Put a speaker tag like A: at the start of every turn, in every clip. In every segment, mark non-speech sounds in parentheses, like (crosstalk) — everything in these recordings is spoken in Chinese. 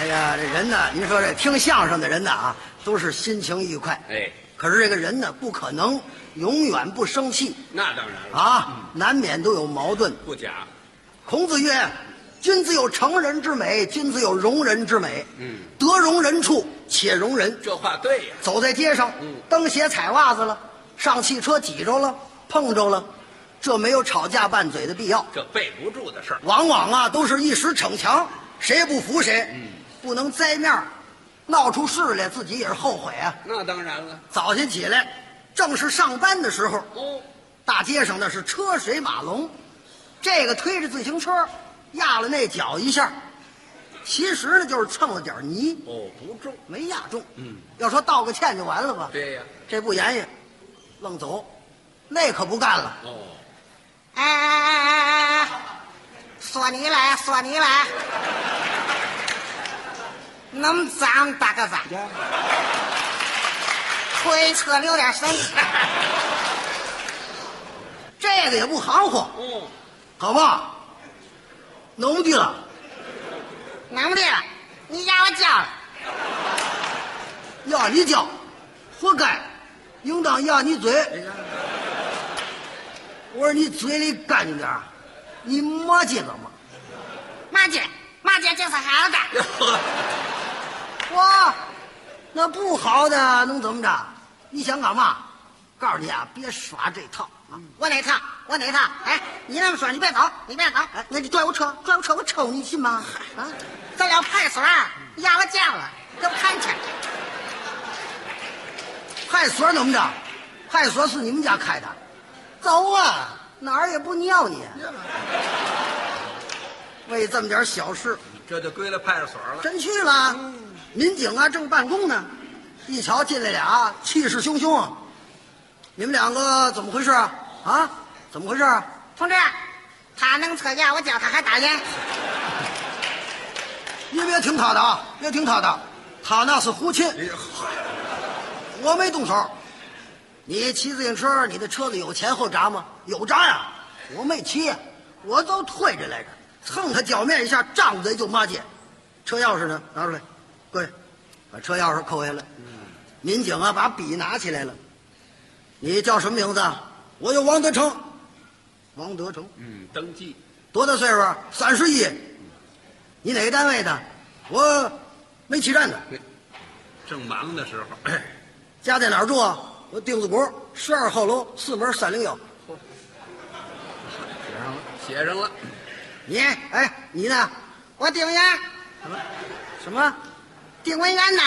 A: 哎呀，这人呢，您说这听相声的人呢啊，都是心情愉快。
B: 哎，
A: 可是这个人呢，不可能永远不生气
B: 那当然了，
A: 啊，难免都有矛盾。
B: 不假。
A: 孔子曰：“君子有成人之美，君子有容人之美。嗯，得容人处且容人。
B: 这话对呀、
A: 走在街上，蹬鞋踩袜子了，上汽车挤着了，碰着了，这没有吵架拌嘴的必要。
B: 这背不住的事儿。
A: 往往啊，都是一时逞强，谁也不服谁，不能栽面儿闹出事来，自己也是后悔啊。
B: 那当然了。
A: 早晨起来，正是上班的时候，
B: 哦，
A: 大街上那是车水马龙，这个推着自行车，压了那脚一下，其实呢就是蹭了点泥，
B: 哦，不重。
A: 没压中。嗯，要说道个歉就完了吧？
B: 对呀、
A: 这不言语，愣走，那可不干了。
B: 哦， (laughs)
C: 哎哎哎哎哎哎，索尼来，索尼来，能长大个子，推车留点神，
A: 这个也不含糊，
B: 哦，
A: 好不好？能地了，
C: 能不的了？你压我叫了，
A: 要你教，活该，应当压你嘴。我说你嘴里干净点儿你磨叽了吗？
C: 马姐，马姐这是好的，
A: 哇，那不好的能怎么着？你想干嘛？告诉你啊，别耍这套啊！
C: 我哪趟？我哪趟？哎，你那么说，你别走，你别走，
A: 哎，那你拽我车，拽我车，我抽你信吗？
C: 啊，咱俩派出所
A: 啊
C: 压我叫了，给我看去。
A: 派出所怎么着？派出所是你们家开的，走啊，哪儿也不尿你。为这么点小事，
B: 这就归了派出所了。
A: 真去了。民警啊，正办公呢，一瞧进来俩，气势汹汹啊。你们两个怎么回事啊？啊，怎么回事啊？
C: 同志，他能车压我叫，他还打人。
A: 您别听他的啊，别听他的，他那是胡琴，我没动手。你骑自行车，你的车子有前后闸吗？有闸呀、我没骑，我都退着来着，蹭他脚面一下，张嘴就骂街。车钥匙呢？拿出来，跪，把车钥匙扣下来。民警啊，把笔拿起来了。你叫什么名字啊？我叫王德成。王德成。
B: 嗯，登记。
A: 多大岁数啊？三十一。你哪个单位的？我煤气站的。
B: 正忙的时候， (clears throat)
A: 家在哪儿住啊？我丁字国十二号楼四门三零幺。
B: 写上了，写上了。
A: 你哎，你呢？
C: 我丁元，
A: 什么？
C: 丁文元呐，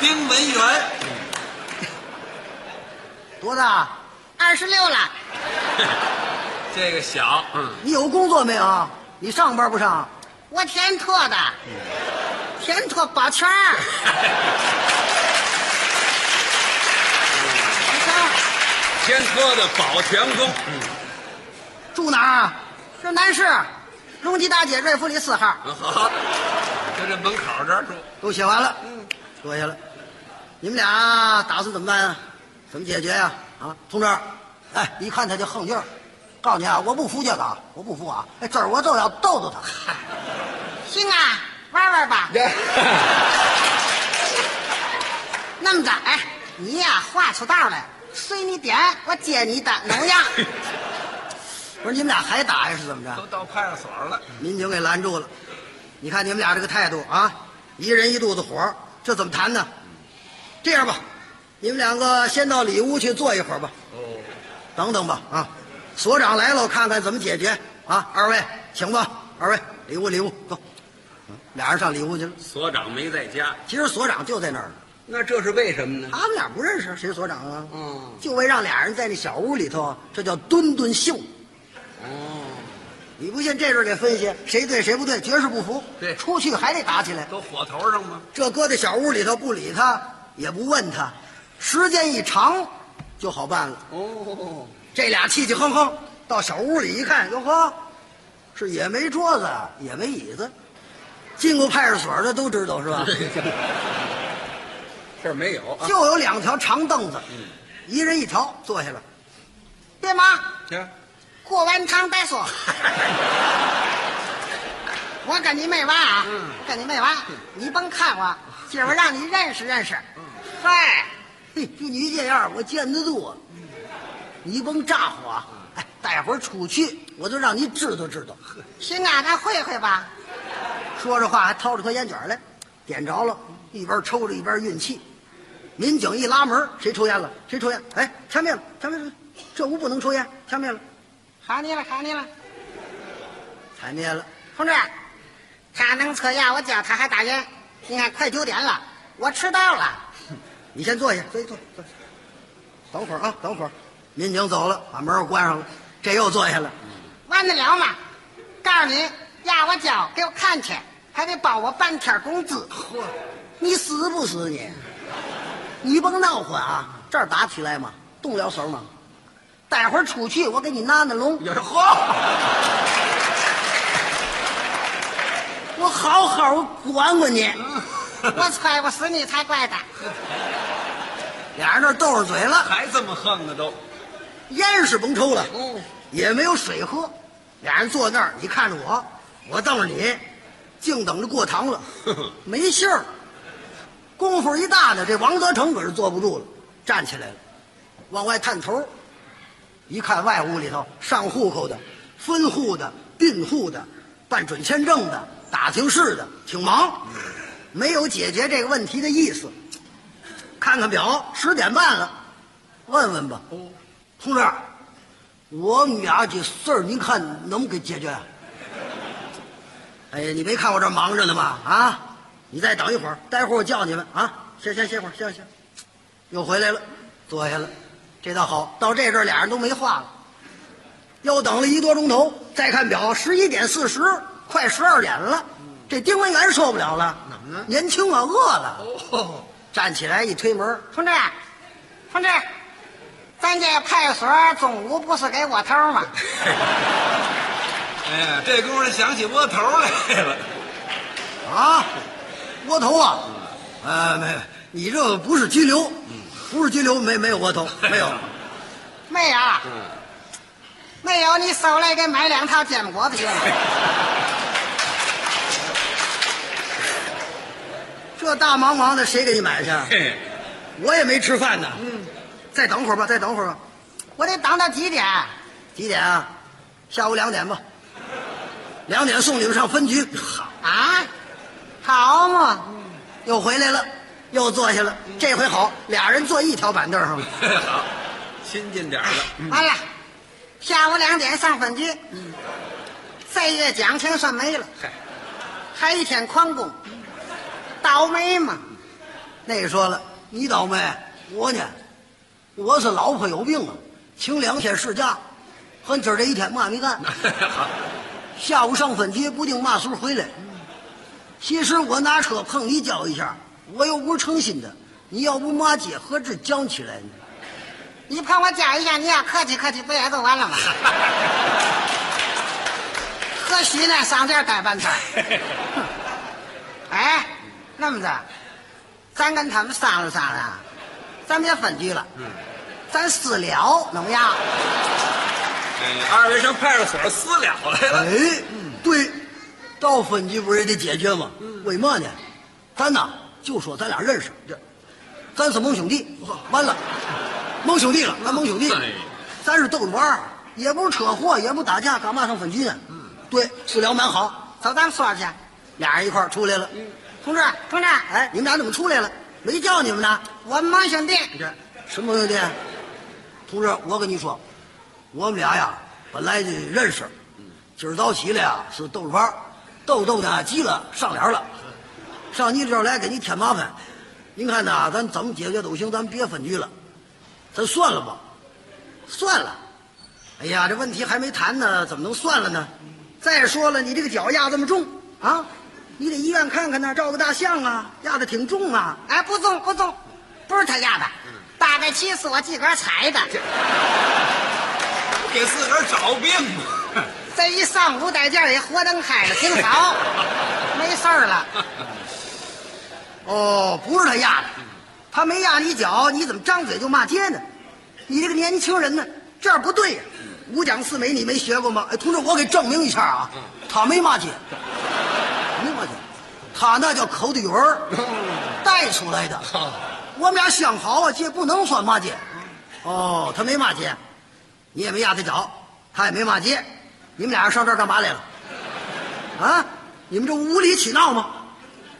B: 丁文元，
A: 多大？
C: 二十六了，
B: 这个小，嗯，
A: 你有工作没有啊？你上班不上？
C: 我天拓的，天拓宝圈儿。你瞧
B: 天科的保全工， (laughs)
A: 住哪儿啊？
C: 这男士，
A: 荣吉大街瑞福里四号。
B: 嗯好，就这门口这儿住。
A: 都写完了，嗯坐下了。你们俩打算怎么办啊？怎么解决呀、啊？同志，哎，一看他就横劲儿，告诉你啊，我不服这个啊，我不服啊！哎，今儿我就要逗逗他。
C: (laughs) 行啊，玩玩
A: (laughs)
C: 吧。那么着，哎，你呀、画出道来，随你点，我接你的，能呀？
A: (laughs) 不是你们俩还打呀？是怎么着？
B: 都到派出所了，
A: 民警给拦住了。你看你们俩这个态度啊，一人一肚子火，这怎么谈呢？这样吧，你们两个先到里屋去坐一会儿吧。
B: 哦
A: 等等吧啊！所长来了，我看看怎么解决啊！二位请吧，二位里屋里屋走。俩人上里屋去了。
B: 所长没在家，
A: 其实所长就在那儿呢，
B: 那这是为什么呢？
A: 他们俩不认识谁是所长啊。
B: 嗯，
A: 就为让俩人在那小屋里头，啊这叫蹲蹲秀。
B: 哦，
A: 你不信，这阵儿给分析谁对谁不对，绝是不服。
B: 对
A: 出去还得打起来。
B: 都火头上吗？
A: 这搁在小屋里头不理他，也不问他，时间一长就好办了。
B: 哦，
A: 这俩气气哼哼到小屋里一看，哟呵，是也没桌子，也没椅子。进过派出所的都知道是吧？
B: 这儿没有啊。
A: 就有两条长凳子，一人一条，坐下了。
C: 别忙，
B: 行，
C: (laughs) 过完汤再说。我我跟你没完啊，跟你没完，你甭看我，今儿我让你认识认识。嗨，
A: 嘿，就你这样，我见得多。你甭咋呼啊！哎，待会儿出去，我就让你知道知道。
C: 行啊，咱会会吧。
A: 说着话还掏出颗烟卷来，点着了，一边抽着一边运气。民警一拉门，谁抽烟了？谁抽烟？哎，掐灭了，掐灭了！这屋不能抽烟，掐灭了，
C: 好你了，好你了，
A: 掐灭了。
C: 同志，他能测验，我教他还打人。你看，快九点了，我迟到了。
A: (laughs) 你先坐下，坐下坐下坐下。等会儿啊，等会儿。民警走了，把门又关上了，这又坐下了。
C: 完得了吗？告诉你，压我脚，给我看去，还得包我半天工资。
A: 嚯，你死不死你？你甭闹混啊！这儿打起来嘛，动不了手嘛。待会儿出去，我给你拿拿龙。
B: 有 (laughs) 嚯，
A: 我好好管管你。
C: 我猜我死你才怪的。
A: (laughs) 俩人那儿斗上嘴了，
B: 还这么横呢都。
A: 烟是甭抽了，
B: 嗯，
A: 也没有水喝，俩人坐那儿，你看着我，我瞪着你，净等着过堂了，没信儿。功夫一大呢，这王德成可是坐不住了，站起来了，往外探头，一看外屋里头上户口的、分户的、并户的、办准签证的、打听事的，挺忙，没有解决这个问题的意思。看看表，十点半了，问问吧。同志，我们俩这事儿您看能给解决？啊哎呀，你没看我这忙着呢吗？啊，你再等一会儿，待会儿我叫你们啊。先先歇会儿，歇会儿歇会儿。又回来了，坐下了，这倒好，到这阵儿俩人都没话了。又等了一个多钟头，再看表，十一点四十，快十二点了。这丁文元受不了了，
B: 怎么了
A: 年轻啊，饿了，
B: 哦，
A: 站起来一推门，
C: 同志，同志，咱这派出所中午不是给我头吗？
B: 哎呀，这功夫想起窝头来了。
A: 啊，窝头啊，呃，没有，你这不是拘留，不是拘留，没没有窝头，没有。
C: (laughs)
A: 嗯
C: 没有，没有，你手来给买两套坚果皮了。
A: (laughs) 这大忙忙的，谁给你买去？啊
C: (laughs)
B: 嘿， (laughs)
A: 我也没吃饭呢。
C: 嗯
A: 再等会儿吧，再等会儿吧。
C: 我得等到几点？
A: 几点啊？下午两点吧。两点送你们上分局。好，
C: 啊？好嘛，嗯
A: 又回来了，又坐下了。这回好，俩人坐一条板凳上了。
B: 好，亲近点儿了。
C: 完了，下午两点上分局。这月奖金算没了，
B: 嗨，
C: 还一天旷工，倒霉嘛！
A: 那个说了，你倒霉，我呢，我是老婆有病啊，请两天事假，恨今儿这一天嘛没
C: (laughs)
A: 干。
B: 好，
A: 下午上粉街，不定嘛时候回来。其实我拿车碰你脚一下，我又不是诚心的。你要不骂街，何止犟起来呢？
C: 你碰我家一下，你要客气客气，不也就完
A: (laughs)
C: 了吗？何须呢？上这儿待半天儿？哎，那么着，咱跟他们商量商量，咱别分居了，咱私了，怎么样？
B: 哎，二位上派出所私了来了。
A: 哎，
C: 嗯
A: 对，到分局不是也得解决吗？为嘛呢？咱呐就说咱俩认识，咱是盟兄弟。
C: 哦
A: 完了，盟兄弟了，咱盟兄弟了
B: 哎。
A: 咱是逗着玩儿，也不是车祸，也不是打架，干嘛上分局呢？对，私聊蛮好。
C: 嗯走，咱们说去。嗯
A: 俩人一块儿出来了。
C: 同志，同志，
A: 哎，你们俩怎么出来了？没叫你们呢？
C: 我们盟兄弟，
A: 这什么兄弟？啊同志，我跟你说，我们俩呀本来就认识，今儿早起来呀是逗着玩儿逗逗呢急了上脸了，上你这儿来给你添麻烦。您看呐，咱怎么解决都行，咱别分居了，咱算了吧，算了。哎呀，这问题还没谈呢，怎么能算了呢？再说了，你这个脚压这么重啊，你得医院看看呢，照个大象啊，压的挺重啊。
C: 哎，不中不中，不是他压的，大概七是我自个儿踩的。
B: 给自个儿找病吧。
C: 这一上午在这儿也活灯开了，挺好，没事儿了。
A: 哦，不是他压的，他没压你脚，你怎么张嘴就骂街呢？你这个年轻人呢，这样不对呀、五讲四美你没学过吗？哎，同志，我给证明一下啊，他没骂街，呢？我去，他那叫口底鱼儿带出来的。我们俩相好啊，这不能算骂街。哦，他没骂街，你也没压他脚，他也没骂街，你们俩上这儿干嘛来了？啊，你们这无理取闹吗？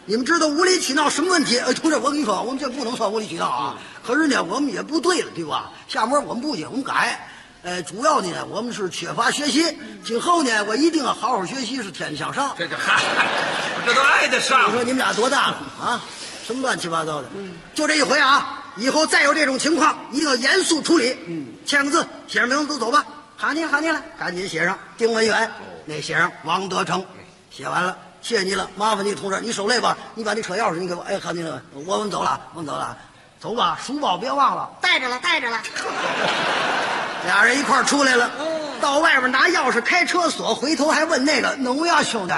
A: 你们知道无理取闹什么问题？哎，同志，我跟你说，我们这不能算无理取闹啊。可是呢，我们也不对了，对吧？下面我们不仅我们改，呃，主要呢，我们是缺乏学习。今后呢，我一定要好好学习，是天天向上。
B: 这这嗨，我 (laughs) 这都挨得
A: 你
B: (laughs) 上
A: 说你们俩多大了嗯啊？什么乱七八糟的？就这一回啊！以后再有这种情况，一定要严肃处理。嗯，签个字，写上名字都走吧。喊你喊你了，赶紧写上丁文远，那写上王德成。写完了，谢谢你了，麻烦你同志，你手累吧？你把那车钥匙你给我。哎，好，你了，我们走了，我们走了，走吧，书包别忘了。
C: 带着了，带着了。
A: 俩人一块儿出来了，
C: 嗯
A: 到外边拿钥匙开车锁，回头还问那个农呀兄弟，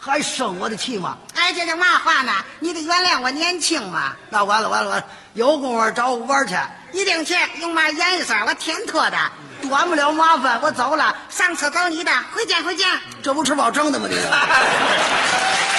A: 还生我的气吗？
C: 哎，这叫嘛话呢？你得原谅我年轻嘛，
A: 那完了完了完了，有功夫找我玩去。
C: 一定去。用嘛颜色？我天特的，
A: 短不了麻烦，我走了，
C: 上次走你的，回见回见。
A: 这不吃饱撑的吗？这个。
B: 哎